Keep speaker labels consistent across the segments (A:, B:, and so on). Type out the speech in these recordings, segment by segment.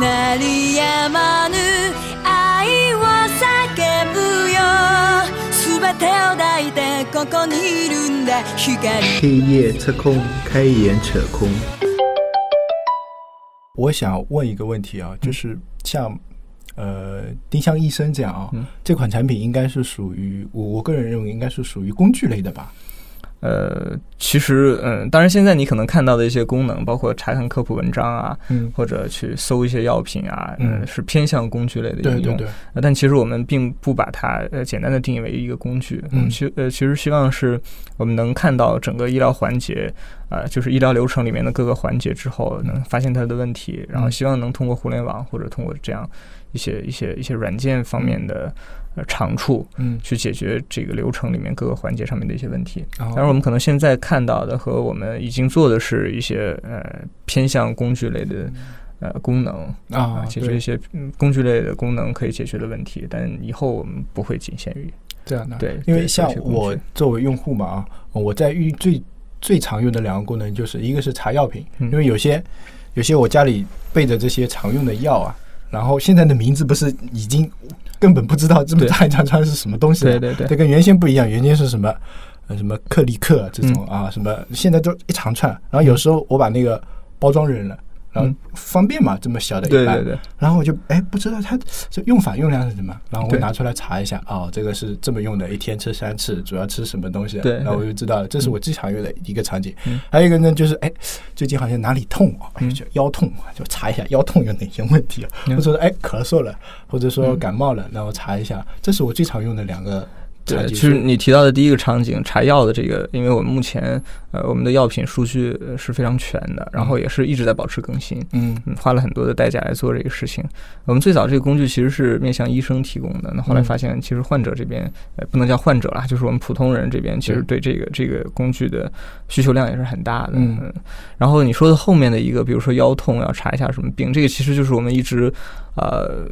A: 鳴りやまぬ愛を叫ぶよ全てを抱いてここにいるんだ光
B: 黑夜测控，开眼扯空。
C: 我想问一个问题啊，就是像呃丁香医生这样啊，
D: 嗯
C: 这款产品应该是属于我我个人认为应该是属于工具类的吧？
D: 呃，其实嗯，当然现在你可能看到的一些功能，包括查看科普文章啊，
C: 嗯，
D: 或者去搜一些药品啊，
C: 嗯
D: 呃是偏向工具类的应
C: 对
D: 用。
C: 对对，
D: 呃但其实我们并不把它呃简单的定义为一个工具，我
C: 嗯
D: 们其呃其实希望是我们能看到整个医疗环节，呃就是医疗流程里面的各个环节之后，能发现它的问题，
C: 嗯
D: 然后希望能通过互联网或者通过这样一些一些一些软件方面的呃长处，
C: 嗯，
D: 去解决这个流程里面各个环节上面的一些问题。
C: 然
D: 当然，我们可能现在看到的和我们已经做的是一些呃偏向工具类的呃功能。
C: 啊
D: 啊，，解
C: 对
D: 决一些嗯工具类的功能可以解决的问题，但以后我们不会仅限于
C: 这样的，
D: 对
C: 啊因为
D: 对
C: 像
D: 这些工具
C: 我作为用户嘛啊，我在遇最最常用的两个功能就是一个是查药品，
D: 嗯
C: 因为有些有些我家里备着这些常用的药啊，然后现在的名字不是已经根本不知道这么
D: 对
C: 大一张张是什么东西了，
D: 对对
C: 这跟原先不一样，原先是什么呃什么克利克啊这种
D: 嗯
C: 啊，什么现在都一长串，然后有时候我把那个包装扔了。然后
D: 嗯
C: 方便嘛，这么小的一
D: 对
C: 盘，
D: 对对，
C: 然后我就哎不知道它这用法用量是什么，然后我
D: 对
C: 拿出来查一下，哦，这个是这么用的，一天吃三次，主要吃什么东西啊？
D: 对
C: 然后我就知道了，这是我最常用的一个场景。
D: 嗯
C: 还有一个呢，就是哎，最近好像哪里痛啊，哎
D: 嗯
C: 就腰痛啊，就查一下腰痛有哪些问题啊，
D: 嗯
C: 或者说哎咳嗽了，或者说
D: 嗯
C: 感冒了，然后查一下，这是我最常用的两个场
D: 对，
C: 景。
D: 其实你提到的第一个场景查药的这个，因为我们目前呃我们的药品数据呃是非常全的，然后也是一直在保持更新。
C: 嗯
D: 嗯，花了很多的代价来做这个事情。我们最早这个工具其实是面向医生提供的，那后来
C: 嗯
D: 发现其实患者这边，呃，不能叫患者啦，就是我们普通人这边，其实对这个这个工具的需求量也是很大的。
C: 嗯
D: 然后你说的后面的一个，比如说腰痛要查一下什么病，这个其实就是我们一直，呃，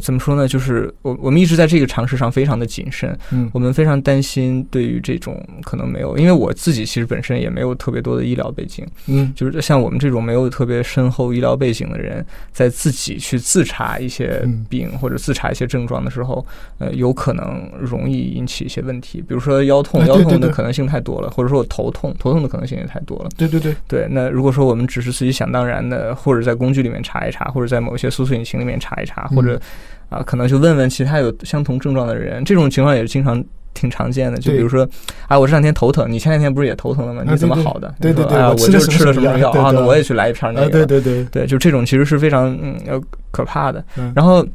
D: 怎么说呢？就是我我们一直在这个尝试上非常的谨慎，
C: 嗯
D: 我们非常担心对于这种可能没有，因为我自己其实本身也没有特别多的医疗背景。
C: 嗯
D: 就是像我们这种没有特别深厚医疗背景的人，在自己去自查一些
C: 嗯
D: 病或者自查一些症状的时候，呃，有可能容易引起一些问题，比如说腰痛
C: 啊，
D: 腰
C: 对
D: 痛
C: 对
D: 的
C: 对
D: 可能性太多了，或者说我头痛，头痛的可能性也太多了。
C: 对对对，
D: 对，那如果说我们只是自己想当然的，或者在工具里面查一查，或者在某一些搜索引擎里面查一查，
C: 嗯
D: 或者啊、可能就问问其他有相同症状的人，这种情况也是经常。挺常见的，就
C: 对
D: 比如说，啊，我这两天头疼，你前两天不是也头疼了吗？
C: 啊
D: 你怎么
C: 对对
D: 好的？
C: 对
D: 你说
C: 对对
D: 啊，
C: 我
D: 我
C: 吃了
D: 就
C: 什么
D: 吃了
C: 什
D: 什
C: 么
D: 么
C: 药
D: 药
C: 对
D: 啊，那
C: 对
D: 我也去来一片那
C: 啊
D: 个。
C: 对对对，
D: 对，就这种其实是非常嗯呃可怕的。
C: 嗯
D: 然后，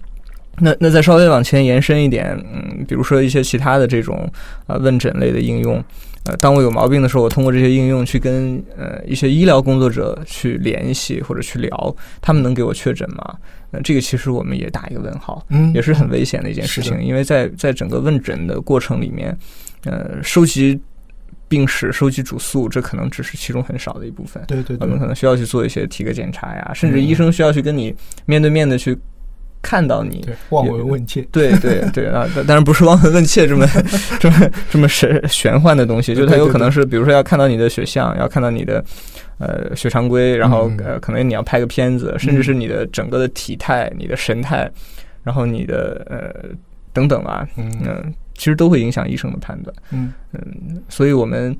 D: 那那再稍微往前延伸一点，嗯，比如说一些其他的这种呃问诊类的应用。呃，当我有毛病的时候，我通过这些应用去跟呃一些医疗工作者去联系或者去聊，他们能给我确诊吗？那、这个其实我们也打一个问号，
C: 嗯
D: 也是很危险的一件事
C: 是的
D: 情，因为在在整个问诊的过程里面，呃，收集病史、收集主诉，这可能只是其中很少的一部分。
C: 对对
D: 我
C: 对
D: 们可能需要去做一些体格检查呀，甚至
C: 嗯
D: 医生需要去跟你面对面的去看到你。
C: 对，望闻问切，
D: 对对 对啊，当当然不是望闻问切这么 这么这么神玄幻的东西，就它
C: 对对
D: 有
C: 对
D: 可能是，比如说要看到你的血象，要看到你的呃血常规，然后
C: 嗯
D: 呃可能你要拍个片子，甚至是你的整个的体态、你的神态，然后你的呃等等吧，
C: 嗯
D: 嗯，其实都会影响医生的判断。
C: 嗯
D: 嗯，所以我们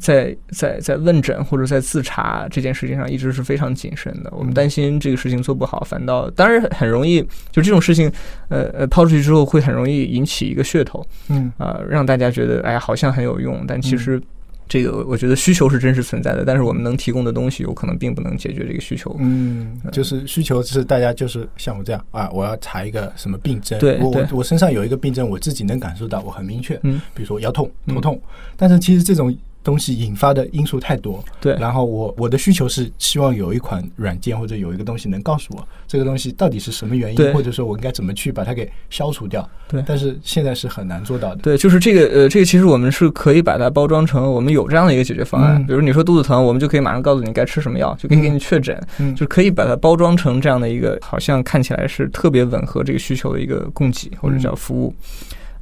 D: 在在在问诊或者在自查这件事情上，一直是非常谨慎的。我们担心这个事情做不好，反倒嗯当然很容易，就这种事情，呃呃，抛出去之后会很容易引起一个噱头，
C: 嗯，
D: 呃，让大家觉得哎呀好像很有用，但其实。这个我觉得需求是真实存在的，但是我们能提供的东西有可能并不能解决这个需求。
C: 嗯，
D: 呃
C: 就是需求是大家就是像我这样啊，我要查一个什么病症，
D: 对
C: 我我
D: 对
C: 我身上有一个病症，我自己能感受到，我很明确，
D: 嗯，
C: 比如说腰痛、
D: 嗯
C: 头痛，但是其实这种东西引发的因素太多，
D: 对，
C: 然后我我的需求是希望有一款软件或者有一个东西能告诉我这个东西到底是什么原因，
D: 对
C: 或者说我应该怎么去把它给消除掉，
D: 对
C: 但是现在是很难做到的，
D: 对，就是这个呃，这个其实我们是可以把它包装成我们有这样的一个解决方案，
C: 嗯
D: 比如你说肚子疼，我们就可以马上告诉你该吃什么药，就可以给你确诊，
C: 嗯
D: 就是可以把它包装成这样的一个好像看起来是特别吻合这个需求的一个供给或者叫服务。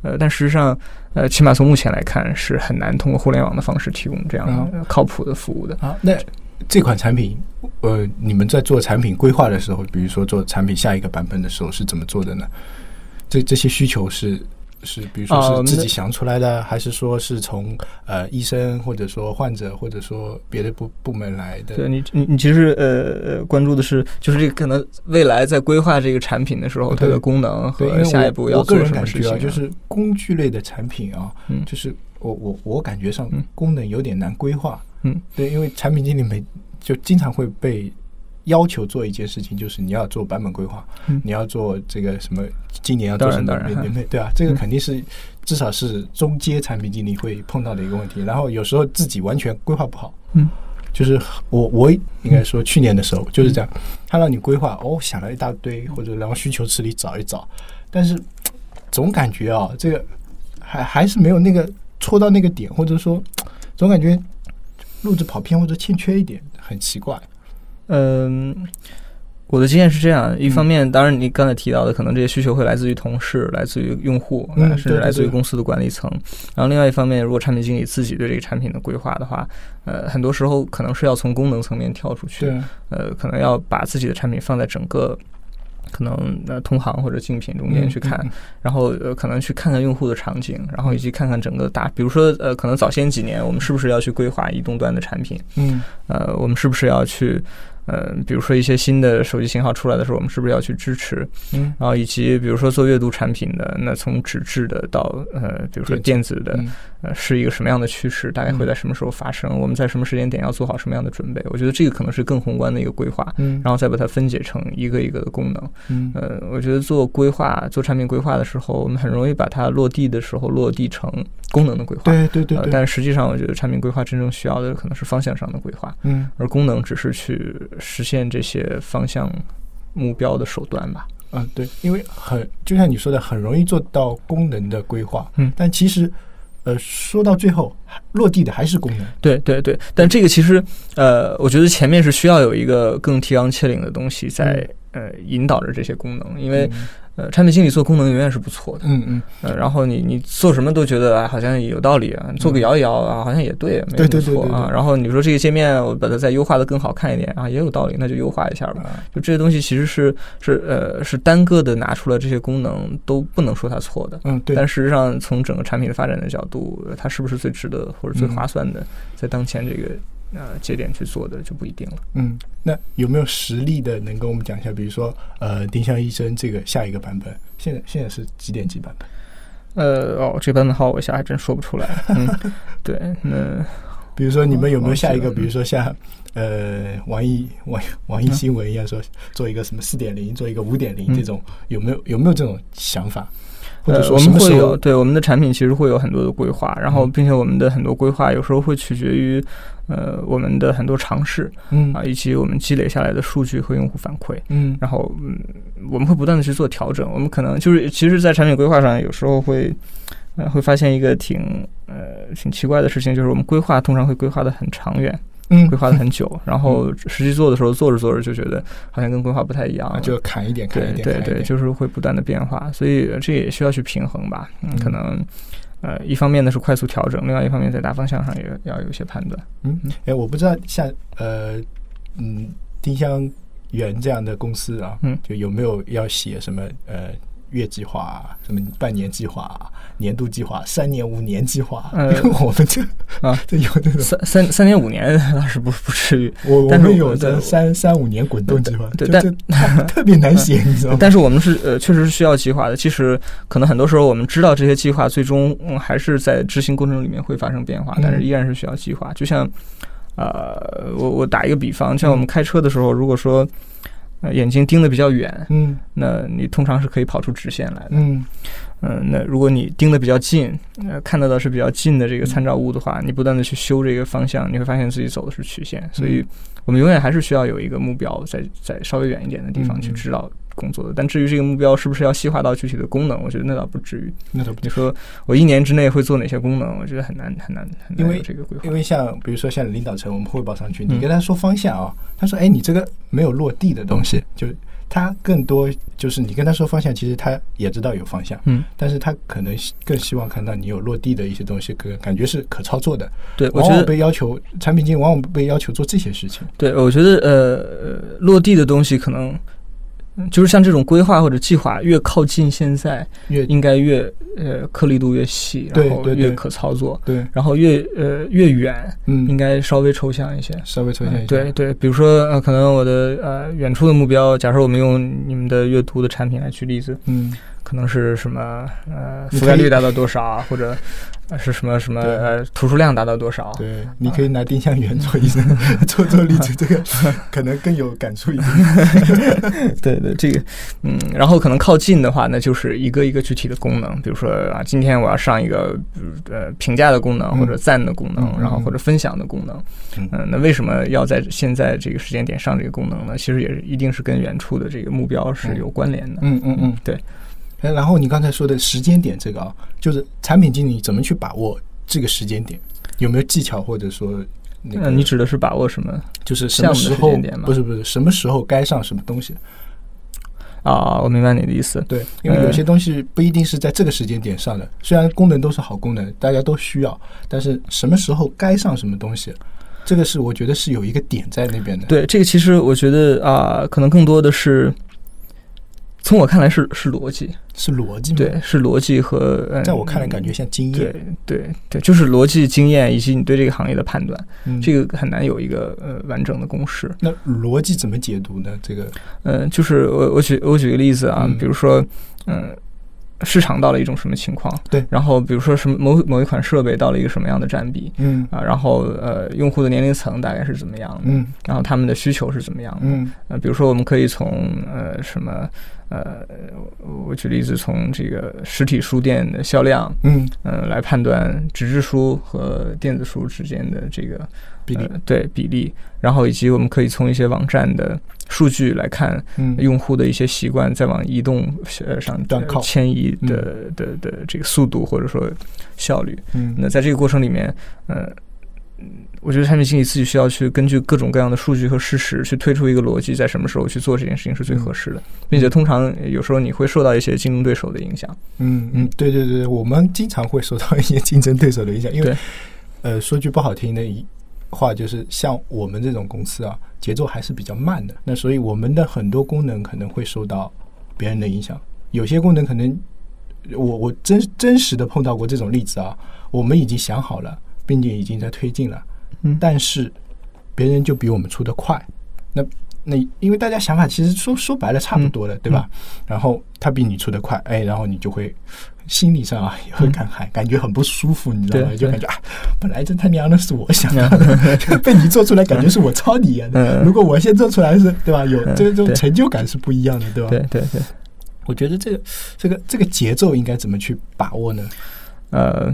D: 呃，但事实上，呃，起码从目前来看，是很难通过互联网的方式提供这样
C: 嗯
D: 呃靠谱的服务的。
C: 好，那这款产品呃，你们在做产品规划的时候，比如说做产品下一个版本的时候是怎么做的呢？这这些需求是是，比如说
D: 啊我
C: 是
D: 们
C: 自
D: 的
C: 己想出来的，还是说是从呃医生或者说患者或者说别的部部门来的？
D: 对你，你你其实呃呃关注的是，就是这个可能未来在规划这个产品的时候，它
C: 对
D: 的功能
C: 对，因
D: 和
C: 为
D: 下
C: 我
D: 一步
C: 我
D: 要
C: 个
D: 做
C: 人
D: 什么
C: 感
D: 事
C: 觉
D: 情
C: 啊，
D: 啊，
C: 就是工具类的产品啊，
D: 嗯
C: 就是我我我感觉上
D: 嗯
C: 功能有点难规划。
D: 嗯，
C: 对，因为产品经理每就经常会被要求做一件事情，就是你要做版本规划，
D: 嗯
C: 你要做这个什么，今年要做什么
D: 当然当，然
C: 你们对啊，这个
D: 嗯
C: 肯定是至少是中阶产品经理会碰到的一个问题。然后有时候自己完全规划不好，
D: 嗯，
C: 就是我我应该说去年的时候就是这样，
D: 嗯
C: 他让你规划，哦，想了一大堆，或者然后需求池里找一找，但是总感觉啊，这个还还是没有那个戳到那个点，或者说总感觉路子跑偏或者欠缺一点，很奇怪。
D: 嗯，我的经验是这样，一
C: 嗯
D: 方面，当然你刚才提到的，可能这些需求会来自于同事、来自于用户，
C: 嗯
D: 呃
C: 对
D: 甚至
C: 对
D: 来自于
C: 对
D: 公司的管理层。然后另外一方面，如果产品经理自己对这个产品的规划的话，呃，很多时候可能是要从功能层面跳出去，
C: 对，
D: 呃，可能要把自己的产品放在整个。可能呃，同行或者竞品
C: 嗯
D: 中间去看，然后呃，可能去看看用户的场景，然后以
C: 嗯
D: 及看看整个大，比如说呃，可能早先几年我们是不是要去规划移动端的产品，
C: 嗯，
D: 呃，我们是不是要去，呃，比如说一些新的手机型号出来的时候，我们是不是要去支持？
C: 嗯
D: 然后以及比如说做阅读产品的，那从纸质的到呃，比如说电子的，
C: 嗯，
D: 呃，是一个什么样的趋势？大概会在什么时候发生？我们在什么时间点要做好什么样的准备？我觉得这个可能是更宏观的一个规划。
C: 嗯，
D: 然后再把它分解成一个一个的功能。
C: 嗯，
D: 呃，我觉得做规划、做产品规划的时候，我们很容易把它落地的时候落地成功能的规划。
C: 对对对
D: 呃，
C: 对，
D: 但实际上我觉得产品规划真正需要的可能是方向上的规划，
C: 嗯，
D: 而功能只是去实现这些方向目标的手段吧。
C: 啊，对，因为很就像你说的，很容易做到功能的规划，
D: 嗯
C: 但其实，呃，说到最后落地的还是功能，
D: 对对对，但这个其实，呃，我觉得前面是需要有一个更提纲挈领的东西在、
C: 嗯
D: 呃引导着这些功能，因为、呃产品经理做功能永远是不错的，
C: 嗯，嗯
D: 呃，然后你你做什么都觉得啊，好像有道理啊，做个摇一摇啊，好像也对，没
C: 嗯对对
D: 有
C: 对
D: 错
C: 对
D: 啊
C: 对。
D: 然后你说这个界面我把它再优化的更好看一点啊，也有道理，那就优化一下吧
C: 嗯。啊，
D: 就这些东西其实是是呃是单个的拿出了这些功能都不能说它错的，
C: 嗯，对，
D: 但事实上从整个产品的发展的角度，呃它是不是最值得或
C: 嗯
D: 者最划算的，在当前这个呃节点去做的就不一定了。
C: 嗯，那有没有实例的能跟我们讲一下？比如说，呃，丁香医生这个下一个版本，现在现在是几点几版本？
D: 呃哦，这版本号我一下还真说不出来。嗯， 对，那
C: 比如说，你们有没有下一个？
D: 忘记了
C: 比如说像，呃，网易 网网易新闻一样说，做一个什么四点零，做一个五点零
D: 嗯
C: 这种，有没有有没有这种想法？或者
D: 呃，
C: 说
D: 我
C: 什
D: 们
C: 么
D: 会
C: 时
D: 有
C: 候？
D: 对我们的产品其实会有很多的规划，然后
C: 嗯
D: 并且我们的很多规划有时候会取决于呃我们的很多尝试
C: 嗯
D: 啊，以及我们积累下来的数据和用户反馈。
C: 嗯
D: 然后嗯，我们会不断的去做调整。我们可能就是，其实，在产品规划上，有时候会呃会发现一个挺呃挺奇怪的事情，就是我们规划通常会规划的很长远，
C: 嗯
D: 规划的很久，然后实际做的时候，做着做着就觉得好像跟规划不太一样
C: 啊，
D: 了。
C: 就砍一点，砍
D: 对
C: 一点，
D: 对
C: 砍一
D: 对，
C: 点
D: 就是会不断的变化，所以这也需要去平衡吧。嗯，可
C: 嗯
D: 能呃一方面呢是快速调整，另外一方面在大方向上也要有一些判断。
C: 哎，我不知道像呃，嗯，丁香园这样的公司啊，
D: 嗯
C: 就有没有要写什么呃月计划、啊、什么半年计划啊、年度计划、三年、五年计划啊？
D: 呃
C: 因为 我们这
D: 啊，
C: 这有这种，
D: 三三三年五年 倒是不不至于，
C: 我我
D: 但是
C: 们
D: 我
C: 有
D: 对
C: 这
D: 我
C: 三三五年滚动计划，
D: 对
C: 就 这
D: 但嗯
C: 特特别难写，你知道吗？
D: 但是我们是呃，确实是需要计划的。其实可能很多时候我们知道这些计划最终、嗯、还是在执行过程里面会发生变化
C: 嗯，
D: 但是依然是需要计划。就像呃，我我打一个比方，像我们开车的时候，如果说、呃、眼睛盯得比较远，
C: 嗯
D: 那你通常是可以跑出直线来的。
C: 嗯
D: 嗯、那如果你盯得比较近，呃，看得到的是比较近的这个参照物的话，你不断的去修这个方向，你会发现自己走的是曲线。所
C: 嗯
D: 以我们永远还是需要有一个目标在，在稍微远一点的地方去
C: 嗯嗯
D: 指导工作的。但至于这个目标是不是要细化到具体的功能，我觉得那倒不至于。
C: 那倒不
D: 你说我一年之内会做哪些功能，我觉得很难很难很
C: 因
D: 难
C: 为
D: 有这个规划
C: 因。为像比如说像领导层，我们汇报上去，你
D: 嗯
C: 跟他说方向啊，他说哎，你这个没有落地的东西，就他更多就是你跟他说方向，其实他也知道有方向，
D: 嗯，
C: 但是他可能更希望看到你有落地的一些东西，可感觉是可操作的。
D: 对我
C: 往
D: 觉
C: 往
D: 得
C: 被要求产品经理往往被要求做这些事情。
D: 对，我觉得呃，落地的东西可能嗯就是像这种规划或者计划，越靠近现在，
C: 越
D: 应该越呃颗粒度越细，
C: 对
D: 然后
C: 对
D: 越
C: 对
D: 可操作，
C: 对，
D: 然后越呃越远，应
C: 嗯，
D: 该稍微抽象一些。
C: 稍微抽象一下。
D: 嗯对对，比如说呃，可能我的呃远处的目标，假设我们用你们的阅读的产品来举例子，
C: 嗯，
D: 可能是什么呃
C: 你
D: 覆
C: 可
D: 盖
C: 以
D: 率达到多少啊，或者呃是什么什么
C: 对
D: 呃图书量达到多少？
C: 对，你可以拿丁香园做一个 做做例子，这个可能更有感触一点。
D: 对对，这个，嗯，然后可能靠近的话，那就是一个一个具体的功能，比如说啊，今天我要上一个，比如呃，评价的功能
C: 嗯
D: 或者赞的功能，
C: 嗯嗯
D: 然后
C: 嗯
D: 或者分享的功能，
C: 嗯
D: 那为什么要在现在这个时间点上这个功能呢？其实也是一定是跟远处的这个目标是有关联的。
C: 嗯嗯嗯，
D: 对。
C: 哎，然后你刚才说的时间点这个啊，就是产品经理怎么去把握这个时间点，有没有技巧或者说那
D: 那、
C: 个？
D: 嗯你指的是把握什么
C: 就是什么时候
D: 项目的时间点吗
C: 不是不是什么时候该上什么东西？
D: 啊？我明白你的意思。
C: 对，因为
D: 呃
C: 有些东西不一定是在这个时间点上的，虽然功能都是好功能，大家都需要，但是什么时候该上什么东西，这个是我觉得是有一个点在那边的。
D: 对，这个其实我觉得啊、可能更多的是。从我看来是是逻辑，
C: 是逻辑吗？
D: 对，，是逻辑和、嗯、
C: 在我看来感觉像经验
D: 对。对对，就是逻辑、经验以及你对这个行业的判断，
C: 嗯
D: 这个很难有一个呃完整的公式。
C: 那逻辑怎么解读呢？这个
D: 嗯、就是我我举我举个例子啊
C: 嗯，
D: 比如说，嗯、市场到了一种什么情况，
C: 对
D: 然后比如说什么某某一款设备到了一个什么样的占比
C: 嗯
D: 啊，然后呃用户的年龄层大概是怎么样的，
C: 嗯
D: 然后他们的需求是怎么样的，
C: 嗯
D: 呃，比如说我们可以从呃什么呃，我我举例子，从这个实体书店的销量，
C: 嗯，
D: 呃，来判断纸质书和电子书之间的这个
C: 比例
D: 呃对比例，然后以及我们可以从一些网站的数据来看
C: 嗯
D: 用户的一些习惯，再往移动呃上
C: 端靠
D: 迁移的的的这个速度或者说效率。
C: 嗯
D: 那在这个过程里面，呃。嗯我觉得产品经理自己需要去根据各种各样的数据和事实，去推出一个逻辑，在什么时候去做这件事情是最合适的，并且通常有时候你会受到一些竞争对手的影响。
C: 嗯嗯，对对对，我们经常会受到一些竞争对手的影响，因为
D: 对
C: 呃，说句不好听的一话，就是像我们这种公司啊，节奏还是比较慢的，那所以我们的很多功能可能会受到别人的影响，有些功能可能我我真真实的碰到过这种例子啊，我们已经想好了，并且已经在推进了，
D: 嗯
C: 但是别人就比我们出的快，那那因为大家想法其实说说白了差不多的，对吧？
D: 嗯
C: 然后他比你出的快，哎，然后你就会心理上啊也会感慨，感觉很不舒服，你知道吗？
D: 嗯对
C: 就
D: 对
C: 感觉啊，本来这他娘的是我想到的，被你做出来感觉是我抄你一样的。
D: 嗯
C: 如果我先做出来是，对吧？有
D: 嗯
C: 这种
D: 对
C: 成就感是不一样的，对吧？
D: 对对对，
C: 我觉得这个这个这个节奏应该怎么去把握呢？
D: 呃，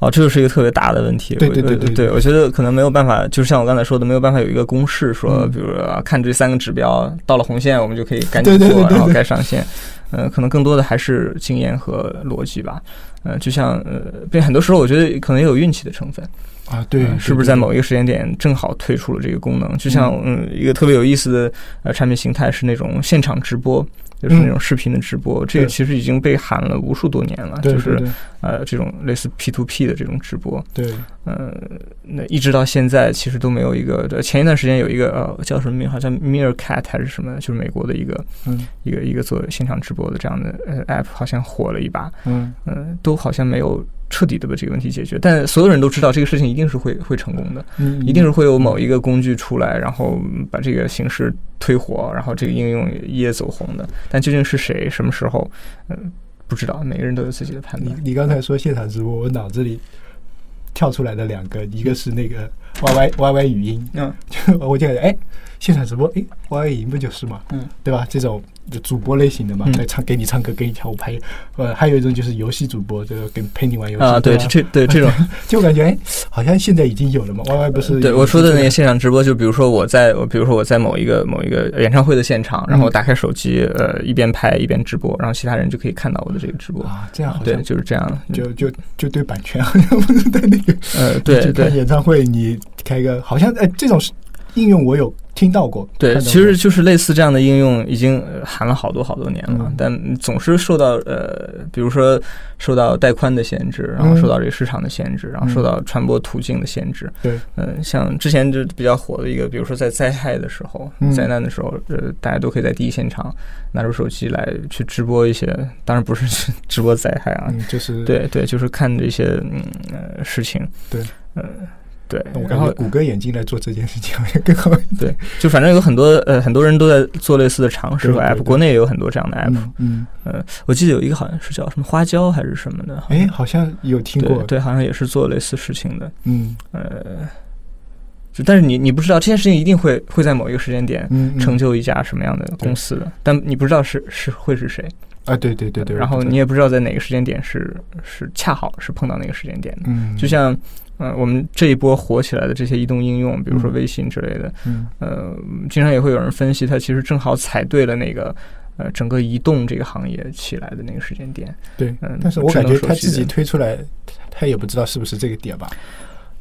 D: 哦，这就是一个特别大的问题。
C: 对
D: 我
C: 对对
D: 我
C: 对
D: 对
C: 对
D: 我觉得可能没有办法，就是像我刚才说的，没有办法有一个公式说，
C: 嗯
D: 比如说啊看这三个指标到了红线，我们就可以赶
C: 对
D: 紧
C: 对对
D: 做，
C: 对
D: 然后
C: 对
D: 该上线。呃，可能更多的还是经验和逻辑吧。呃，就像呃，并很多时候我觉得可能也有运气的成分，
C: 啊，对
D: 呃，是不是在某一个时间点正好推出了这个功能？就像嗯，一个特别有意思的呃产品形态是那种现场直播，就是那种视频的直播，这
C: 嗯
D: 个
C: 对
D: 其实已经被喊了无数多年了，
C: 对
D: 啊
C: 对
D: 就是
C: 对
D: 呃这种类似 P to P 的这种直播，
C: 对，
D: 呃，那一直到现在其实都没有一个。对前一段时间有一个呃叫什么名，好像 Meerkat 还是什么，就是美国的一个
C: 嗯
D: 一个一个做现场直播的这样的呃 app，好像火了一把，
C: 嗯
D: 呃，都好像没有。彻底的把这个问题解决，但所有人都知道这个事情一定是会会成功的，
C: 嗯，
D: 一定是会有某一个工具出来，然后把这个形式推火，然后这个应用也走红的。但究竟是谁，什么时候，嗯、不知道，每个人都有自己的判
C: 你
D: 断。
C: 你刚才说现场直播，我脑子里跳出来的两个，一个是那个 Y Y Y Y 语音，
D: 嗯，
C: 就我就感觉哎，现场直播哎，Y Y 语音不就是嘛，
D: 嗯，
C: 对吧？这种就主播类型的嘛，
D: 嗯
C: 来唱给你唱歌，给你跳舞拍，呃，还有一种就是游戏主播，就是给你陪你玩游戏
D: 啊，对，
C: 吧
D: 这 对这种
C: 就感觉哎，好像现在已经有了嘛，Y Y 不是
D: 对
C: 有
D: 我说的
C: 这
D: 那个现场直播，就比如说我在，我比如说我在某一个某一个演唱会的现场，然后
C: 嗯
D: 打开手机，呃，一边拍一边直播，然后其他人就可以看到我的这个直播。
C: 啊，这样好
D: 对，
C: 像
D: 就是这样。嗯
C: 就就就对版权好像不是在那个
D: 呃，对
C: 去看
D: 对
C: 演唱会，你开个好像哎，这种是应用我有听到过，
D: 对，
C: 看到
D: 其
C: 过
D: 实就是类似这样的应用已经呃含了好多好多年了，
C: 嗯
D: 但总是受到呃，比如说受到带宽的限制，然后
C: 嗯
D: 受到这个市场的限制，然后受
C: 嗯
D: 到传播途径的限制。
C: 对，
D: 嗯、像之前就比较火的一个，比如说在灾害的时候、
C: 嗯
D: 灾难的时候，呃，大家都可以在第一现场拿出手机来去直播一些，当然不是去 直播灾害啊，
C: 嗯，就是，
D: 对对，就是看这些嗯、呃、事情。
C: 对，
D: 嗯、对
C: 那我，
D: 然
C: 感
D: 后
C: 觉谷歌眼镜来做这件事情好 像更好一点。
D: 就反正有很多呃，很多人都在做类似的尝试和
C: 对对
D: app，
C: 对
D: 国内也有很多这样的 app。
C: 嗯嗯，
D: 我记得有一个好像是叫什么花椒还是什么的，
C: 哎，好像有听
D: 对
C: 过，
D: 对，好像也是做类似事情的。
C: 嗯
D: 呃，就但是你你不知道这件事情一定会会在某一个时间点
C: 嗯，嗯
D: 成就一家什么样的公司的，但你不知道是是会是谁，
C: 啊，对对对对，
D: 然
C: 我
D: 后
C: 知道
D: 你也不知道在哪个时间点是是恰好是碰到那个时间点的。
C: 嗯，
D: 就像呃，我们这一波火起来的这些移动应用，比如说
C: 嗯
D: 微信之类的，
C: 嗯
D: 呃，经常也会有人分析，它其实正好踩对了那个呃整个移动这个行业起来的那个时间点。
C: 对
D: 嗯，
C: 但是我感觉他自
D: 智能手机
C: 己
D: 的
C: 推出来，他他也不知道是不是这个点吧。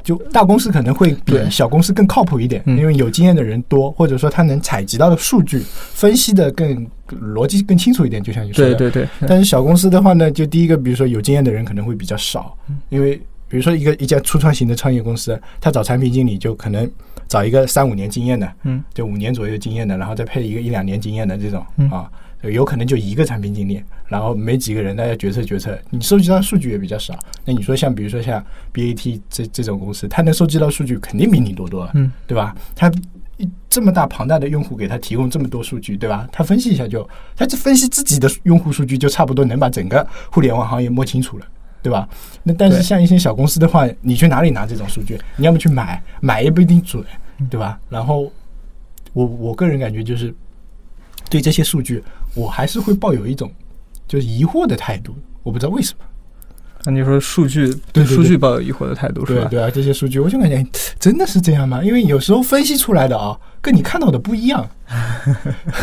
C: 就大公司可能会比
D: 呃对
C: 小公司更靠谱一点，
D: 嗯
C: 因为有经验的人多，或者说他能采集到的数据分析的更逻辑更清楚一点，就像你说的
D: 对。对对，嗯
C: 但是小公司的话呢，就第一个，比如说有经验的人可能会比较少
D: 嗯，
C: 因为比如说一个一家初创型的创业公司，他找产品经理就可能找一个三五年经验的，
D: 嗯，
C: 就五年左右经验的，然后再配一个一两年经验的这种
D: 嗯
C: 啊，就有可能就一个产品经理，然后没几个人，大家决策决策，你收集到数据也比较少。那你说像比如说像 BAT 这这种公司，它能收集到数据肯定比你多多了，
D: 嗯，
C: 对吧？它一这么大庞大的用户给它提供这么多数据，对吧？它分析一下就，它就分析自己的用户数据，就差不多能把整个互联网行业摸清楚了。对吧？那但是
D: 对
C: 像一些小公司的话，你去哪里拿这种数据？你要么去买，买也不一定准，
D: 嗯
C: 对吧？然后我我个人感觉就是对这些数据，我还是会抱有一种就是疑惑的态度。我不知道为什么，
D: 那你说数据
C: 对对
D: 数据抱有疑惑的态度是
C: 对
D: 吧？
C: 对啊，这些数据我就感觉哎真的是这样吗？因为有时候分析出来的啊，跟你看到的不一 样，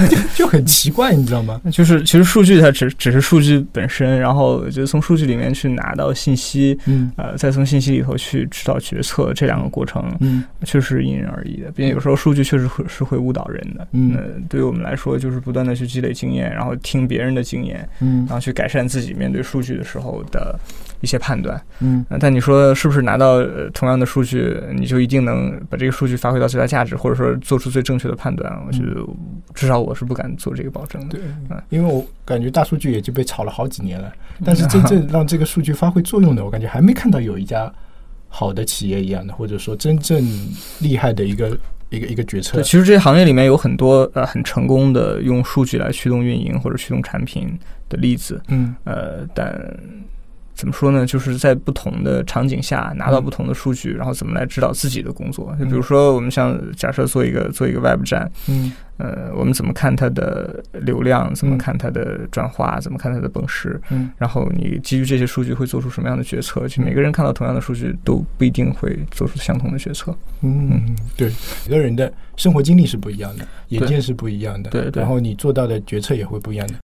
C: 就就很奇怪，你知道吗？
D: 就是其实数据它只只是数据本身，然后就是从数据里面去拿到信息，
C: 嗯
D: 呃，再从信息里头去指导决策，这两个过程，
C: 嗯
D: 确实因人而异的，毕竟有时候数据确实会是会误导人的。
C: 嗯
D: 呃，对于我们来说，就是不断的去积累经验，然后听别人的经验，
C: 嗯
D: 然后去改善自己面对数据的时候的一些判断。
C: 嗯
D: 呃但你说是不是拿到、呃同样的数据，你就一定能把这个数据发挥到最大价值，或者说做出最正确的判断？我觉得至少我是不敢做这个保证的。
C: 嗯对，因为我感觉大数据也就被炒了好几年 了，但是真正让这个数据发挥作用的，我感觉还没看到有一家好的企业一样的，或者说真正厉害的一个一个一个决策
D: 对，。其实这些行业里面有很多呃很成功的用数据来驱动运营或者驱动产品的例子，
C: 嗯
D: 呃，但怎么说呢？就是在不同的场景下拿
C: 嗯
D: 到不同的数据，然后怎么来指导自己的工作。就比如说，我们像假设做一个做一个 Web 站，
C: 嗯
D: 呃，我们怎么看它的流量，怎么
C: 嗯
D: 看它的转化，怎么看它的本时，
C: 嗯
D: 然后你基于这些数据会做出什么样的决策？就每个人看到同样的数据都不一定会做出相同的决策。
C: 嗯，对，每个人的生活经历是不一样的，眼
D: 对
C: 界是不一样的，
D: 对对
C: 然后你做到的决策也会不一样的。